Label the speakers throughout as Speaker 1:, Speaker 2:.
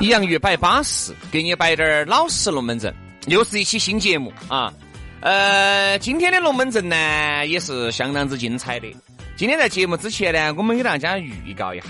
Speaker 1: 洋芋摆巴适，给你摆点儿老实龙门阵，又是一期新节目啊。呃，今天的龙门阵呢，也是相当之精彩的。今天在节目之前呢，我们给大家预告一下，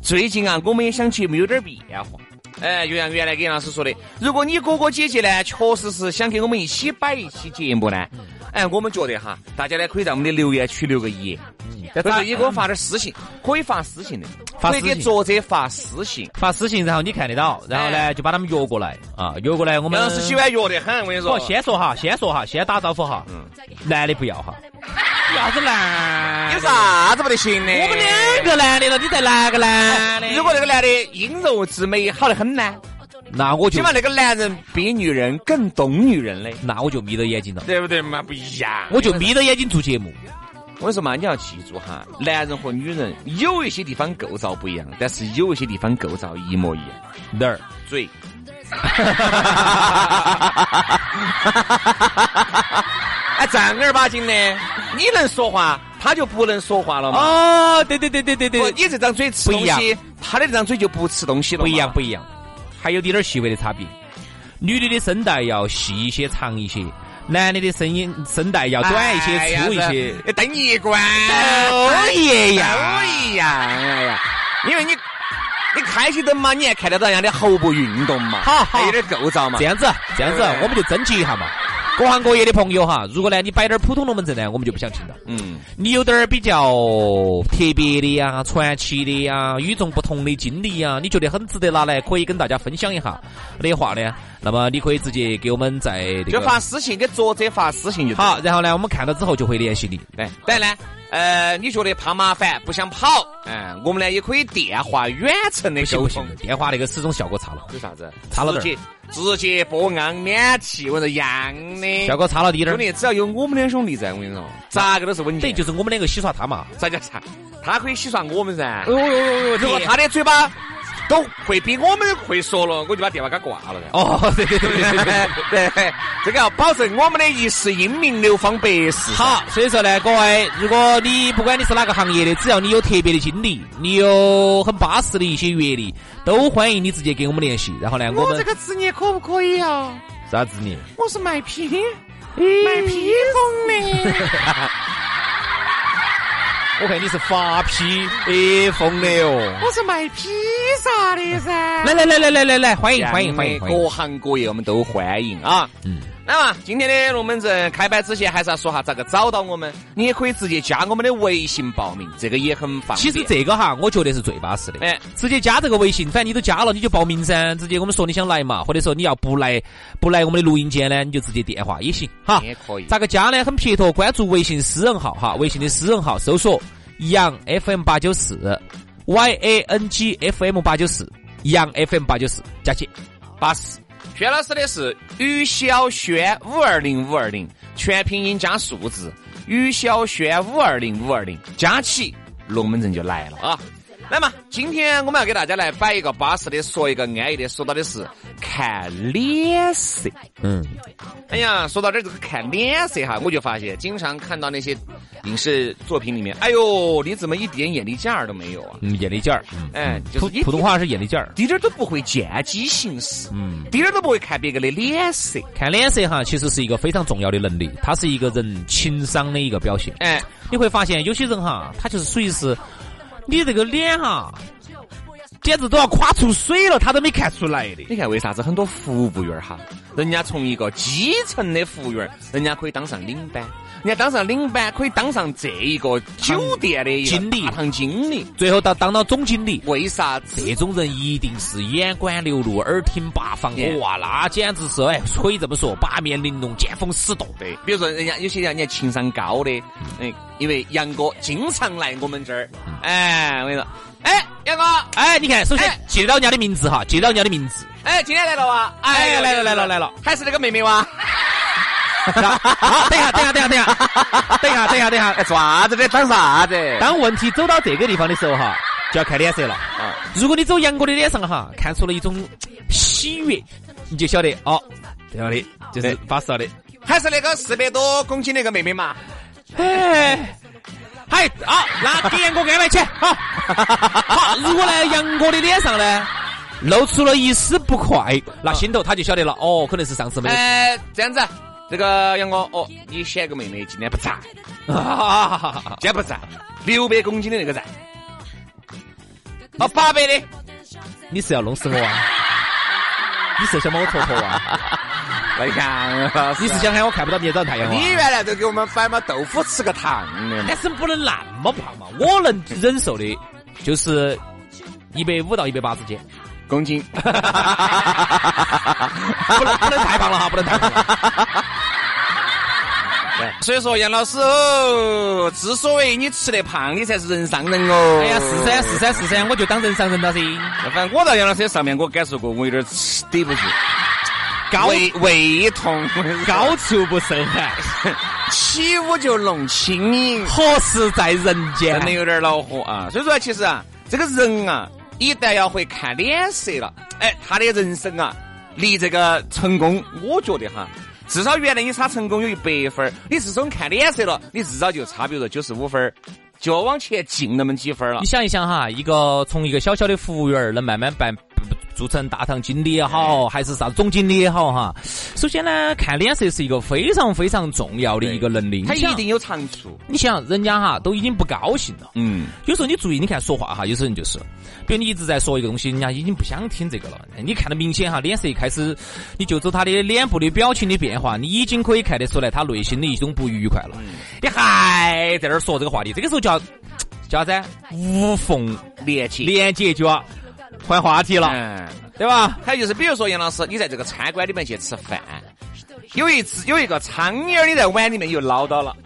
Speaker 1: 最近啊，我们也想节目有点变化。哎，就像原来给杨老师说的，如果你哥哥姐姐呢，确实是想跟我们一起摆一期节
Speaker 2: 嗯
Speaker 1: 目呢，哎，我们觉得哈，大家呢可以在我们的留言区留个言，
Speaker 2: 嗯
Speaker 1: 不是也给我发点私信，可以发私信的，
Speaker 2: 发
Speaker 1: 可以
Speaker 2: 私
Speaker 1: 给
Speaker 2: 信
Speaker 1: 作者发私信。
Speaker 2: 发私信，然后你看得到，然后
Speaker 3: 哎
Speaker 2: 呢就把他们约过来啊，约过来我们。
Speaker 1: 杨老师喜欢约得很，我跟你说。
Speaker 2: 不，先说哦哈，先说哈，先打招呼哈。
Speaker 1: 嗯
Speaker 2: 男的不要 哈。啥子男
Speaker 1: 有？啥子不得行的？
Speaker 2: 我们两个男的了，你再来个男的。
Speaker 1: 哎如果那个男的阴柔之美好得很呢，
Speaker 2: 那我
Speaker 1: 起
Speaker 2: 就
Speaker 1: 码那个男人比女人更懂女人嘞，
Speaker 2: 那我就眯着眼睛了，
Speaker 1: 对不对嘛？不一样。
Speaker 2: 我就眯着眼睛做节目。
Speaker 1: 我跟你说嘛，你要记住哈，男人和女人有一些地方构造不一样，但是有一些地方构造一模一样。
Speaker 2: 哪儿？
Speaker 1: 嘴，哎，正儿八经的，你能说话，他就不能说话了嘛？
Speaker 2: 哦，对对对对对
Speaker 1: 不，
Speaker 2: 对，
Speaker 1: 你这张嘴吃
Speaker 2: 不一
Speaker 1: 东
Speaker 2: 样
Speaker 1: 西，他的这张嘴就不吃东西了。
Speaker 2: 不一样，不一样，还有点点细微的差别。女的的声带要细一些、长一些，男的的声音声带
Speaker 1: 哎啊
Speaker 2: 要短一些、粗一些。，
Speaker 1: 灯一关哎
Speaker 2: 都一样
Speaker 1: 都一样，哎呀，因为你你开启灯嘛，你还看得到人家的喉部运动嘛，
Speaker 2: 好好
Speaker 1: 还有点构造嘛
Speaker 2: 这，样子，啊这样子
Speaker 1: 对不，对
Speaker 2: 我们就征集一下嘛。各行各业的朋友哈，如果呢你摆点儿普通龙门阵呢，我们就不想听了。
Speaker 1: 嗯，
Speaker 2: 你有点儿比较特别的呀、传奇的呀、与众不同的经历呀，你觉得很值得拿来可以跟大家分享一下的话呢，那么你可以直接给我们在这
Speaker 1: 就
Speaker 2: 个
Speaker 1: 发私信给作者发私信就对了
Speaker 2: 好，，然后呢我们看到之后就会联系你。
Speaker 1: 对，当然呢。呃，你觉得怕麻烦，不想跑，嗯，我们呢也可以电话远程的
Speaker 2: 不行
Speaker 1: 沟
Speaker 2: 不行
Speaker 1: 通，，
Speaker 2: 电话那个始终效果差了，
Speaker 1: 有啥子？
Speaker 2: 差了
Speaker 1: 直
Speaker 2: 点
Speaker 1: 接直接播昂免提，我说一样的。
Speaker 2: 效果差了滴点
Speaker 1: 兄
Speaker 2: 儿。
Speaker 1: 弟，只要有我们两兄弟在，我跟你说，咋个都是稳
Speaker 2: 等于
Speaker 1: 健。
Speaker 2: 就是我们两个洗刷他嘛，
Speaker 1: 啥叫啥？他可以洗刷我们噻。
Speaker 2: 呦呦呦
Speaker 1: 如果他的嘴巴都会比我们会说了，我就把电话给他挂了噻。
Speaker 2: 哦，对对对对对对。
Speaker 1: 对，这个要保证我们的一世英名流芳百世。
Speaker 2: 好，所以说呢，各位，如果你不管你是哪个行业的，只要你有特别的经历，你有很巴适的一些阅历，都欢迎你直接跟我们联系。然后呢，我
Speaker 4: 我
Speaker 2: 们
Speaker 4: 这个职业可不可以啊？
Speaker 2: 啥子你？
Speaker 4: 我是卖披，卖披风的。
Speaker 2: 我看你是发批哎疯的哦！
Speaker 4: 我是卖披萨的噻。
Speaker 2: 来来来来来来来，欢迎欢迎欢迎欢迎！
Speaker 1: 各行各业我们都欢迎啊。嗯。那么今天的龙门阵开摆之前，还是要说下咋个找到我们。你也可以直接加我们的微信报名，这个也很方便。
Speaker 2: 其实这个哈，我觉得是最巴适的。
Speaker 1: 哎
Speaker 2: 直接加这个微信，反正你都加了，你就报名噻。直接我们说你想来嘛，或者说你要不来不来我们的录音间呢，你就直接电话也行哈。
Speaker 1: 也哎可以。
Speaker 2: 咋个加呢？很撇脱，关注微信私人号哈，微信的私人号搜索“杨 FM 八九四 ”，Y A N G F M 八九四，杨 FM 八九四，加起
Speaker 1: 巴适。轩老师的是于小轩五二零五二零，全拼音加数字，于小轩五二零五二零，加起龙门阵就来了啊。那么今天我们要给大家来摆一个巴适的，说一个安逸的，说到的是看脸色。
Speaker 2: 嗯，
Speaker 1: 哎呀，说到这儿这个看脸色哈，我就发现经常看到那些影视作品里面，哎呦，你怎么一点眼力劲儿都没有啊？
Speaker 2: 嗯眼力劲儿，嗯
Speaker 1: 哎，就是
Speaker 2: 普
Speaker 1: 一
Speaker 2: 普通话是眼力劲儿。
Speaker 1: 滴点儿都不会见机行事，嗯，滴点儿都不会看别个的脸色。
Speaker 2: 看脸色哈，其实是一个非常重要的能力，它是一个人情商的一个表现。
Speaker 1: 哎，
Speaker 2: 你会发现有些人哈，他就是属于是，你这个脸哈，简直都要夸出水了，他都没看出来的。
Speaker 1: 你看为啥子很多服务员儿哈，人家从一个基层的服务员儿，人家可以当上领班，人家当上领班可以当上这一个酒店的一个
Speaker 2: 经理
Speaker 1: 大堂经理，
Speaker 2: 最后到当到总经理，
Speaker 1: 为啥子？
Speaker 2: 这种人一定是眼观六路，耳听八方。
Speaker 1: Yeah
Speaker 2: 哇，那简直是哎，可以这么说，八面玲珑，见风使舵。
Speaker 1: 对，比如说人家有些人家情商高的，嗯，因为杨哥经常来我们这儿，
Speaker 2: 嗯
Speaker 1: 哎，我跟你说，哎，杨哥，
Speaker 2: 哎，你看，首
Speaker 1: 哎
Speaker 2: 先记得到人家的名字哈，记得到人家的名字，
Speaker 1: 哎，今天来了哇，
Speaker 2: 哎来了来了来了，
Speaker 1: 还是那个妹妹哇，
Speaker 2: 好，啊等一下，等一下，等一下，等一下，等一下，等一下。哎
Speaker 1: 做啥子的？当啥子？
Speaker 2: 当问题走到这个地方的时候哈，就要看脸色了。
Speaker 1: 啊
Speaker 2: 如果你走杨哥的脸上哈，看出了一种喜悦，你就晓得哦，对了的，就是巴适了的。
Speaker 1: 还是那个四百多公斤那个妹妹嘛？
Speaker 2: 哎，嗨，好，那给杨哥安排去。 好，好，如果呢，杨哥的脸上呢露出了一丝不快，那心头他就晓得了，哦，可能是上次没有。
Speaker 1: 啊哎，这样子，这个杨哥，哦，你选个妹妹，今天不在，
Speaker 2: 啊，
Speaker 1: 今天不在，六百公斤的那个在，哦，八百的，
Speaker 2: 你是要弄死我啊？你是想把我戳破啊？
Speaker 1: 那杨 老
Speaker 2: 你是想喊我看不到明天早上太阳啊？
Speaker 1: 你原来都给我们摆嘛豆腐吃个糖的 嘛？
Speaker 2: 但是不能那么胖嘛，我能忍受的，就是一百五到一百八之间，
Speaker 1: 公斤，
Speaker 2: 不能不能太胖 了哈，不能太胖了。
Speaker 1: 所以说杨老师哦，之所以你吃得胖，你才是人上人哦。
Speaker 2: 哎呀，是噻，是噻，是噻，我就当人上人了噻。
Speaker 1: 反正我到杨老师上面，我感受过，我有点吃抵 不住，
Speaker 2: 高
Speaker 1: 胃胃痛，
Speaker 2: 高处不胜寒，
Speaker 1: 起舞就弄轻盈，
Speaker 2: 何时在人间
Speaker 1: 真？的有点恼火啊。所以说，其实啊，这个人啊，一旦要会看脸色了，哎，他的人生啊，离这个成功，我觉得哈。至少原来你差成功有一百分儿，你自从看脸色了，你至少就差，比如说九十五分儿，就往前进那么几分儿了
Speaker 2: 你。想一想哈，一个从一个小小的服务员儿能慢慢办。做成大堂经理也好，还是啥总经理也好哈。首先呢，看脸色是一个非常非常重要的一个能力。
Speaker 1: 他
Speaker 2: 你
Speaker 1: 一
Speaker 2: 想
Speaker 1: 定有长处。
Speaker 2: 你想，人家哈都已经不高兴了，
Speaker 1: 嗯，
Speaker 2: 有时候你注意，你看说话哈，有时候人就是，比如你一直在说一个东西，人家已经不想听这个了。你看得明显哈，脸色一开始，你就走他的脸部的表情的变化，你已经可以看得出来他内心的一种不愉快了。
Speaker 1: 嗯
Speaker 2: 你还在那儿说这个话题，这个时候叫叫啥子？无缝
Speaker 1: 连接。
Speaker 2: 连接就要换话题了，
Speaker 1: 嗯，
Speaker 2: 对吧？
Speaker 1: 还有就是，比如说杨老师，你在这个餐馆里面去吃饭，有一只有一个苍蝇儿，你在碗里面又捞到了。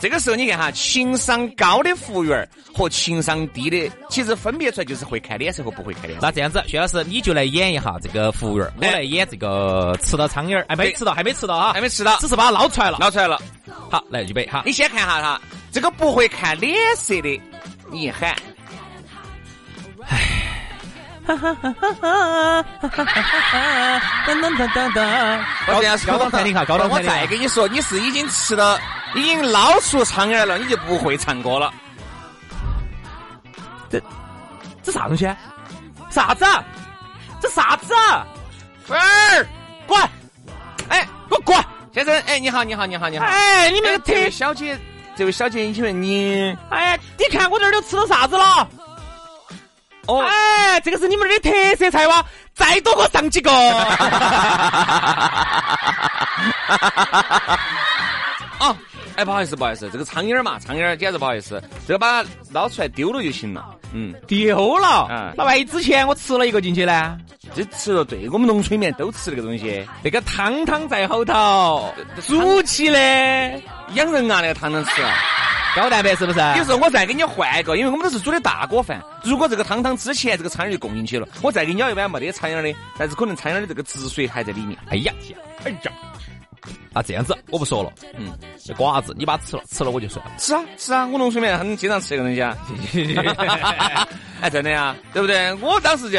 Speaker 1: 这个时候你看哈，情商高的服务员儿和情商低的，其实分别出来就是会看脸色和不会看脸色。
Speaker 2: 那这样子，薛老师你就来演一下这个服务员儿，我
Speaker 1: 哎
Speaker 2: 来演这个吃到苍蝇儿，哎，没
Speaker 1: 对
Speaker 2: 吃到，还没吃到啊，
Speaker 1: 还没吃到
Speaker 2: 只是把它捞出来了。
Speaker 1: 捞出来哎了，
Speaker 2: 好，来预备哈，
Speaker 1: 你先看哈哈，这个不会看脸色的，你一喊，
Speaker 2: 噔噔噔噔噔，
Speaker 1: 我这样说
Speaker 2: 啊高档餐厅哈，高档
Speaker 1: 我
Speaker 2: 餐厅哈。啊
Speaker 1: 再跟你说，你是已经吃了，已经捞出苍蝇来了，你就不会唱歌了。
Speaker 2: 这啥东西？啥子？
Speaker 1: 啊
Speaker 2: 这啥子？
Speaker 1: 喂儿，
Speaker 2: 滚！
Speaker 1: 哎，
Speaker 2: 给我滚！
Speaker 1: 先生，哎，你好，你好，你好，你好。
Speaker 2: 哎，你
Speaker 1: 你
Speaker 2: 们这个
Speaker 1: 这位
Speaker 2: 腿，
Speaker 1: 小姐，这位小姐，请问你
Speaker 2: 哎呀，你看我这儿都吃到啥子了？
Speaker 1: 哦，
Speaker 2: 哎，这个是你们的特色菜哇！再多给我上几 个。
Speaker 1: 啊，哎，不好意思，不好意思，这个苍蝇儿嘛，苍蝇儿简直不好意思，这个把它捞出来丢了就行了。嗯，
Speaker 2: 丢了
Speaker 1: 嗯，
Speaker 2: 那万一之前我吃了一个进去呢？
Speaker 1: 这吃了对，我们农村里面都吃这个东西，
Speaker 2: 那个汤汤在后
Speaker 1: 呃
Speaker 2: 头，煮起的
Speaker 1: 养人啊，那个汤汤吃。
Speaker 2: 高蛋白是不是？
Speaker 1: 有时候我再给你换一个，因为我们都是煮的大锅饭。如果这个汤汤之前这个苍蝇就供进去了，我再给你舀一碗没得苍蝇的，但是可能苍蝇的这个汁水还在里面。
Speaker 2: 哎呀，哎呀，那这样子我不说了，
Speaker 1: 嗯，
Speaker 2: 这瓜子你把它吃了，吃了我就算了。
Speaker 1: 是啊，是啊，我农村里面很经常吃这个东西啊。 哎，真的呀，对不对？我当时就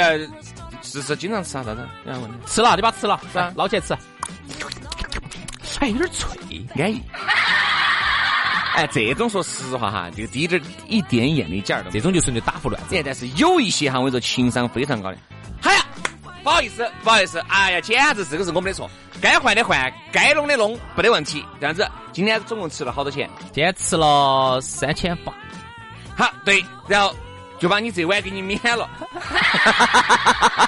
Speaker 1: 是是经常吃啊，啥子？你要问你
Speaker 2: 吃了，你把它吃了，
Speaker 1: 是啊
Speaker 2: 捞起来吃。哎，有点脆。
Speaker 1: 安逸。哎，这种说实话哈，这个滴点儿一点眼力劲儿都没
Speaker 2: 这
Speaker 1: 有。
Speaker 2: 种就是你打胡乱子。
Speaker 1: 哎，但是有一些哈，我跟你说情商非常高的。哎呀，不好意思，不好意思，哎呀，简直这个是我们的错，该换的换，该弄的弄，没得问题。这样子，今天总共吃了好多钱？
Speaker 2: 今天吃了三千八，
Speaker 1: 好，对，然后就把你这碗给你免了。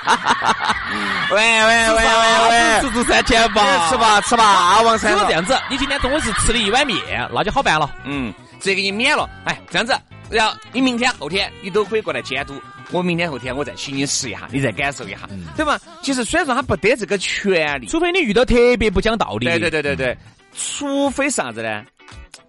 Speaker 1: 喂喂喂喂喂，
Speaker 2: 自助三千吧，
Speaker 1: 吃吧吃吧，啊王
Speaker 2: 如
Speaker 1: 三
Speaker 2: 果
Speaker 1: 老
Speaker 2: 这样子，你今天中午是吃了一碗面，那就好办了。
Speaker 1: 嗯，直接给你免了。哎，这样子，然后你明天、后天你都可以过来监督。我明天、后天我再请你吃一下，你再感受一下，对吧？其实虽然说他不得这个权利，
Speaker 2: 除非你遇到特别不讲道理的，
Speaker 1: 对对对对对，除非啥子呢？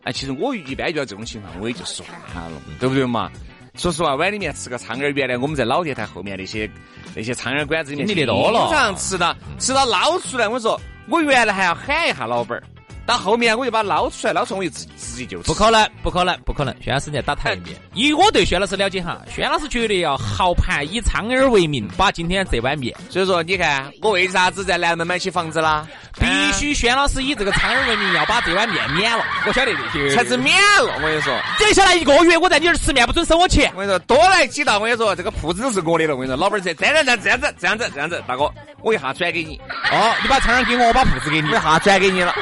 Speaker 1: 哎，其实我一般遇到这种情况，我也就算了，对不对嘛？说实话，碗里面吃个苍耳，原来我们在老电台后面那些那些苍耳馆子里面
Speaker 2: 经历得多了
Speaker 1: 经常吃到吃到捞出来。我说我原来还要喊一下老板儿，到后面我就把它捞出来，捞出来我就自己自己就吃
Speaker 2: 不可能，不可能，不可能！轩老师，你在打台面。以我对轩老师了解哈，轩老师绝对要豪盘，以苍耳为名，把今天这碗面
Speaker 1: 所以说，你看我为啥子在南门买起房子啦？
Speaker 2: 必须轩老师以这个苍耳为名，要把这碗面免了。我晓得这 些。
Speaker 1: 才是哎免了。我跟你说，
Speaker 2: 接下来一个月我在你这儿吃面不准收我钱
Speaker 1: 我。跟你说，多来几道。我跟你说，这个铺子都是我的了。我跟你说，老板儿这这样这样这样子这样子这样子，大哥，我一下转给你，
Speaker 2: 哦，你把苍耳给我，我把铺子给你
Speaker 1: 我一。下转给你了，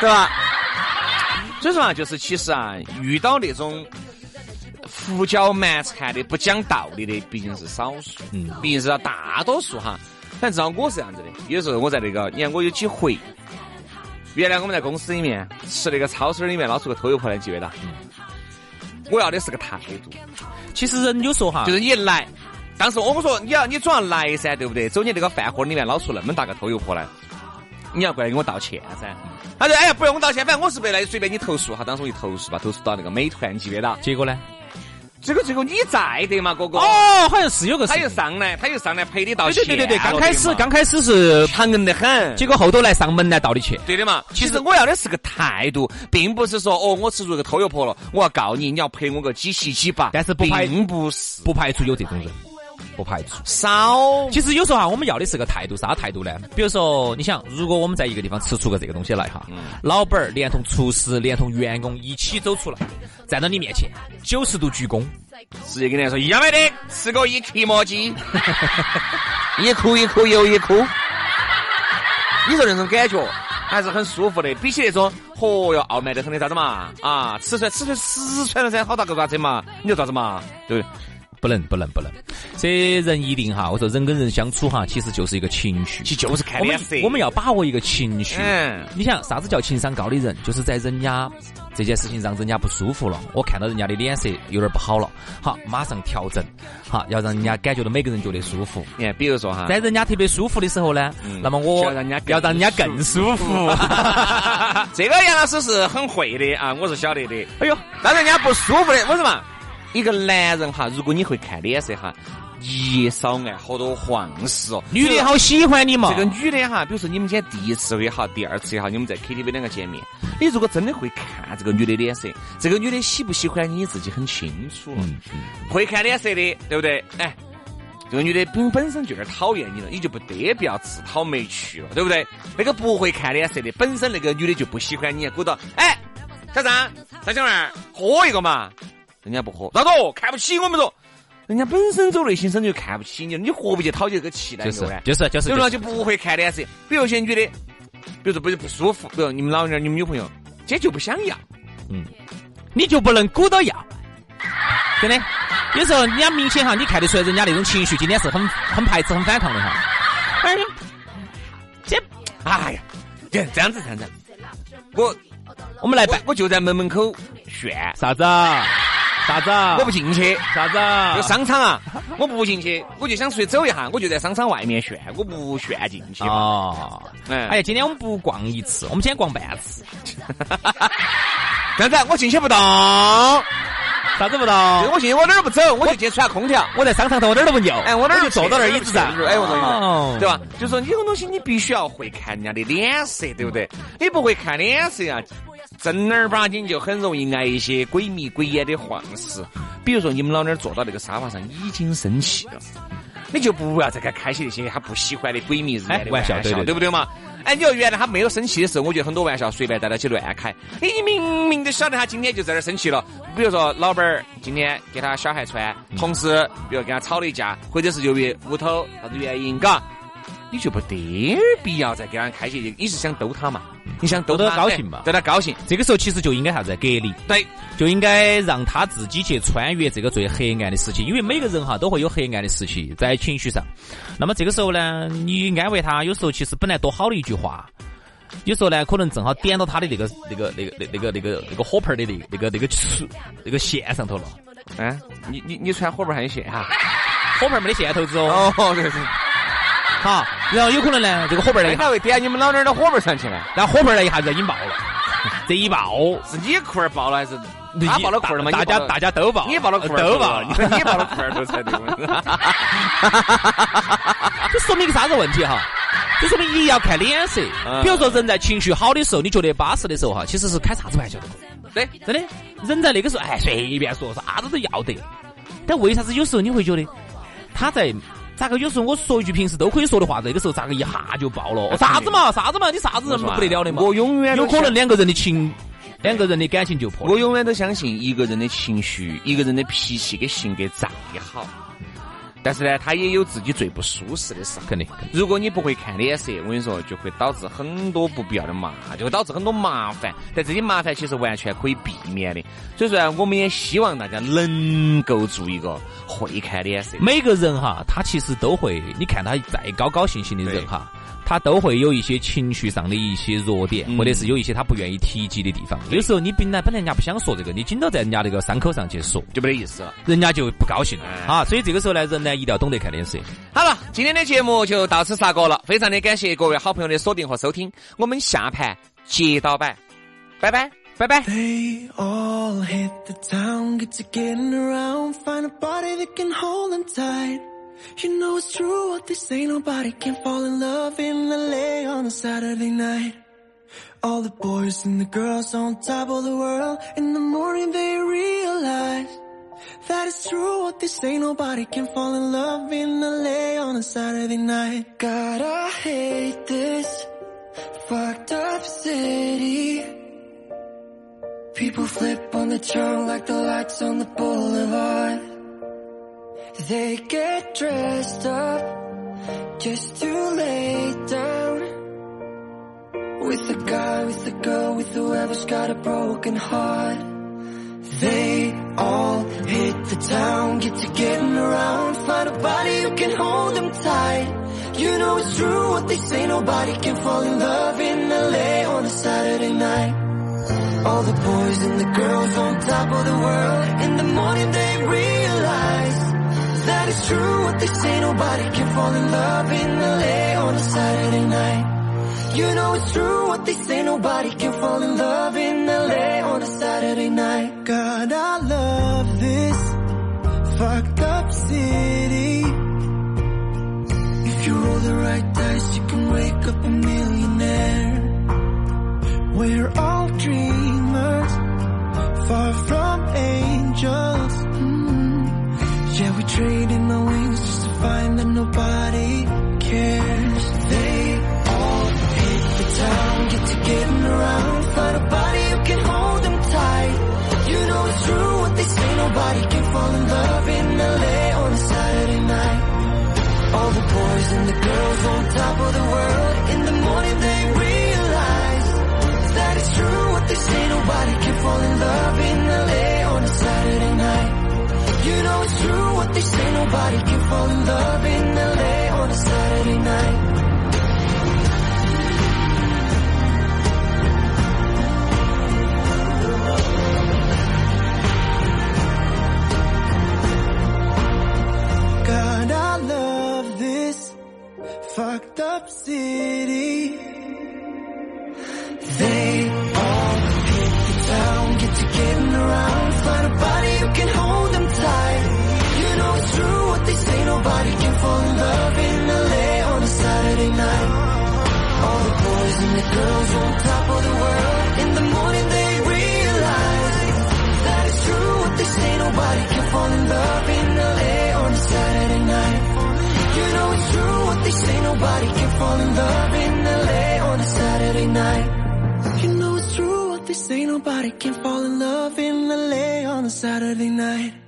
Speaker 1: 对吧？所以说啊，就是其实啊，遇到那种胡搅蛮缠的、不讲道理的，毕竟是少数，嗯，毕竟是大多数哈。反正至少我是这样子的，有时候我在那个，你看我有几回，原来我们在公司里面吃那个超市里面捞出个偷油婆来，记得到？我要的是个态度，
Speaker 2: 其实人有时候哈，
Speaker 1: 就是你一来，当时我们说你要你总要来噻，对不对？走你那个饭盒里面捞出那么大个偷油婆来，你要过来给我道歉噻。他说：“哎呀，不用我道歉，反正我是被来随便你投诉哈。”当时我一投诉吧，投诉到那个美团，记得到？
Speaker 2: 结果呢？
Speaker 1: 结果结果你在的嘛，哥哥。
Speaker 2: 哦，好像是有个事哦
Speaker 1: 他。又上来，他又上来赔礼道
Speaker 2: 对
Speaker 1: 歉
Speaker 2: 对
Speaker 1: 了
Speaker 2: 对
Speaker 1: 的嘛。
Speaker 2: 对对，刚开始刚开始是，
Speaker 1: 强硬得很。
Speaker 2: 结果后头来上门来道的歉。
Speaker 1: 对的嘛，其实我要的是个态度，并不是说哦，我吃出个偷油婆了，我要告你，你要赔我个几七几八。
Speaker 2: 但是不拍
Speaker 1: 并不是
Speaker 2: 不排除有这种人，不排除。
Speaker 1: 少
Speaker 2: 其实有时候啊，我们要的是个态度，啥态度呢？比如说，你想，如果我们在一个地方吃出个这个东西来哈，
Speaker 1: 嗯
Speaker 2: 老板儿连同厨师、连同员工一起走出来，站到你面前，九十度鞠躬，
Speaker 1: 直接跟人家说一样没得，吃过一提莫鸡， 一哭一哭又一哭。你说那种感觉还是很舒服的，比起那种嚯哟傲慢得很的啥子嘛啊，吃出来吃出来四川了噻，好大个爪子嘛，你说咋子嘛，对不对？
Speaker 2: 不能，不能，不能。这人一定哈，我说人跟人相处哈，其实就是一个情绪。
Speaker 1: 其实就是看
Speaker 2: 我
Speaker 1: 脸
Speaker 2: 们
Speaker 1: 色。
Speaker 2: 我们要把握一个情绪。
Speaker 1: 嗯，
Speaker 2: 你想啥子叫情商高的人？就是在人家这件事情让人家不舒服了，我看到人家的脸色有点不好了，好，马上调整，好，要让人家感觉到每个人觉得舒服。
Speaker 1: 你看，比如说哈，
Speaker 2: 在人家特别舒服的时候呢，那么我
Speaker 1: 啊嗯就要让人家
Speaker 2: 要让
Speaker 1: 更
Speaker 2: 人家更舒服。
Speaker 1: 这个杨老师是很会的啊，我是晓得的。
Speaker 2: 哎呦，
Speaker 1: 让人家不舒服的，为什么？一个男人哈，如果你会看脸色哈，一少爱好多黄事哦。
Speaker 2: 女的好喜欢你嘛
Speaker 1: 这个女的哈，比如说你们今天第一次也好，第二次也好，你们在 KTV 两个见面，你如果真的会看这个女的脸色，这个女的喜不喜欢你自己很清楚了，
Speaker 2: 嗯
Speaker 1: 会看脸色的，对不对？哎，这个女的本本身就有点讨厌你了，你就不得必要自讨没趣了，对不对？那个不会看脸色的，本身那个女的就不喜欢你，鼓捣，哎，小张、张小二，喝一个嘛，人家不喝，咋子哦？看不起我们说。人家本身走内心深处就看不起你，你何必去讨这个气呢？
Speaker 2: 就
Speaker 1: 各位
Speaker 2: 是就是就是，
Speaker 1: 有
Speaker 2: 就
Speaker 1: 人
Speaker 2: 是
Speaker 1: 就不会看脸色。比如有些女的，比如说不不舒服，比如你们老娘、你们女朋友，今天就不想要，
Speaker 2: 你就不能鼓捣要，真的。有时候人家明显哈，你看得出来人家那种情绪，今天是很很排斥、很反抗的哈。哎呀，这
Speaker 1: 哎呀，这这样子这样子，我
Speaker 2: 我们来摆
Speaker 1: 我我就在门门口炫，
Speaker 2: 啥子哎啊？啥子啊？
Speaker 1: 我不进去。
Speaker 2: 啥子啊？
Speaker 1: 这个商场啊，我不进去，我就想出去走一下，我就在商场外面炫，我不炫进去嘛。
Speaker 2: 哦，
Speaker 1: 嗯
Speaker 2: 哎呀，今天我们不逛一次，我们今天逛半次，
Speaker 1: 这样子我进去不动，
Speaker 2: 啥子不到？
Speaker 1: 我进去我哪儿都不走，我就进去吹下空调。
Speaker 2: 我在商场头，我哪儿都不扭，
Speaker 1: 哎，我哪儿
Speaker 2: 就坐到那儿椅子上，
Speaker 1: 哎，我跟你
Speaker 2: 哦
Speaker 1: 说，对吧？就说你这个东西，你必须要会看人家的脸色，对不对？你不会看脸色啊，正儿八经就很容易挨一些鬼迷鬼眼的黄事。比如说，你们老娘儿坐到那个沙发上已经生气了，你就不要再给他开起那些他不喜欢的鬼迷日眼
Speaker 2: 哎
Speaker 1: 的
Speaker 2: 玩笑
Speaker 1: 笑，
Speaker 2: 对对对
Speaker 1: 不对嘛？哎，你说原来他没有生气的时候，我觉得很多玩笑随便带到起乱开。你明明都晓得他今天就在那儿生气了，比如说老板儿今天给他小孩穿，同事比如跟他吵了一架，或者是由于屋头啥子原因，嘎，你就不得必要再给他开些这个，你是想逗他嘛？你想逗
Speaker 2: 逗
Speaker 1: 他
Speaker 2: 他高兴嘛
Speaker 1: 哎逗他高兴。
Speaker 2: 这个时候其实就应该啥子？隔离，
Speaker 1: 对，
Speaker 2: 就应该让他自己去穿越这个最黑暗的时期，因为每个人哈都会有黑暗的时期在情绪上。那么这个时候呢，你安慰他，有时候其实本来多好的一句话，有时候呢可能正好点到他的那个那个那个那个那个那个火盆的那个那个那个那个线上头了，
Speaker 1: 嗯，你你你穿火盆还啊有线哈？
Speaker 2: 火盆没得线头子哦，
Speaker 1: 哦，对对，
Speaker 2: 哈，然后有可能呢这个火盆儿
Speaker 1: 哎那
Speaker 2: 呢，
Speaker 1: 他会点你们老娘的火盆上去了？
Speaker 2: 然后火盆儿呢一下子引爆了， 这一爆。
Speaker 1: 是你裤儿爆了还是他爆了裤儿了吗？
Speaker 2: 大
Speaker 1: 你爆
Speaker 2: 家
Speaker 1: 了
Speaker 2: 大家都爆，
Speaker 1: 你爆了裤儿
Speaker 2: 都爆，
Speaker 1: 你你爆了裤儿头才对嘛？
Speaker 2: 这说明一个啥子问题哈？这说明你要看脸色。
Speaker 1: 嗯
Speaker 2: 比如说，人在情绪好的时候，你觉得巴适的时候哈，其实是开啥子玩笑都可以。
Speaker 1: 对，
Speaker 2: 真的，人在那个时候，哎，随便说啥子都要得。但为啥子有时候你会觉得他在咋个？有时候我说一句平时都可以说的话，这个时候咋个一下就爆了？哦啥子嘛，啥子嘛，你啥子人不得了的嘛？
Speaker 1: 我永远都
Speaker 2: 有可能两个人的情，两个人的感情就破
Speaker 1: 我
Speaker 2: 了。
Speaker 1: 永远都相信一个人的情绪、一个人的脾气跟性格再好，但是呢，他也有自己最不舒适的时候。
Speaker 2: 肯定，
Speaker 1: 如果你不会看脸色，我跟你说，就会导致很多不必要的麻，就会导致很多麻烦。但这些麻烦其实完全可以避免的。所以说呢，啊我们也希望大家能够做一个会看脸色。
Speaker 2: 每个人哈，他其实都会，你看他再高高兴兴的人哈，他都会有一些情绪上的一些弱点，
Speaker 1: 嗯
Speaker 2: 或者是有一些他不愿意提及的地方。有时候你本来本来人家不想说这个，你紧到在人家那个伤口上去说，
Speaker 1: 就没得意思了。
Speaker 2: 人家就不高兴了
Speaker 1: 哎
Speaker 2: 啊。所以这个时候呢，人呢一定要懂得看脸色。
Speaker 1: 好了，今天的节目就到此杀过了，非常的感谢各位好朋友的锁定和收听，我们下盘接到摆，拜拜，拜拜。
Speaker 5: They all hit the town, get to getting around, find a body that can hold them tight. You know it's true what they say, nobody can fall in love in LA on a Saturday night. All the boys and the girls on top of the world, in the morning they realize that it's true what they say, nobody can fall in love in LA on a Saturday night. God, I hate this fucked up city. People flip on the charm like the lights on the boulevard. They get dressed up just to lay down. With the guy, with the girl, with whoever's got a broken heart. They all hit the town, get to getting around, find a body who can hold them tight. You know it's true what they say, nobody can fall in love in LA on a Saturday night. All the boys and the girls on top of the world. In the morning they realize that it's true what they say. Nobody can fall in love in LA on a Saturday night. You know it's true what they say. Nobody can fall in love in LA on a Saturday night. God, I love this fucked up city. If you roll the right dice, you can wake up a millionaire. We're all dreamers, far from angels. Mm. Yeah, we trade in our wings just to find that nobody cares. They all hit the town, get to getting around, find a body who can hold them tight. You know it's true what they say, nobody can fall in love in LA on a Saturday night. All the boys and the girls on top of the world. In the morning they realize that it's true what they say. Nobody can fall in love in LA on a Saturday night. You know it's true what they say. Nobody can fall in love in LA on a Saturday night. God, I love this fucked up city. They all hit the town, get to getting around, find a body who can hold them tight. You know it's true what they say, nobody can fall in love in LA on a Saturday night. All the boys and the girls on top of the world. In the morning they realize that it's true what they say. Nobody can fall in love in LA on a Saturday night. You know it's true what they say. Nobody can fall in love in LA on a Saturday night. You know it's true what they say. Nobody can fall in love in LA on a Saturday night.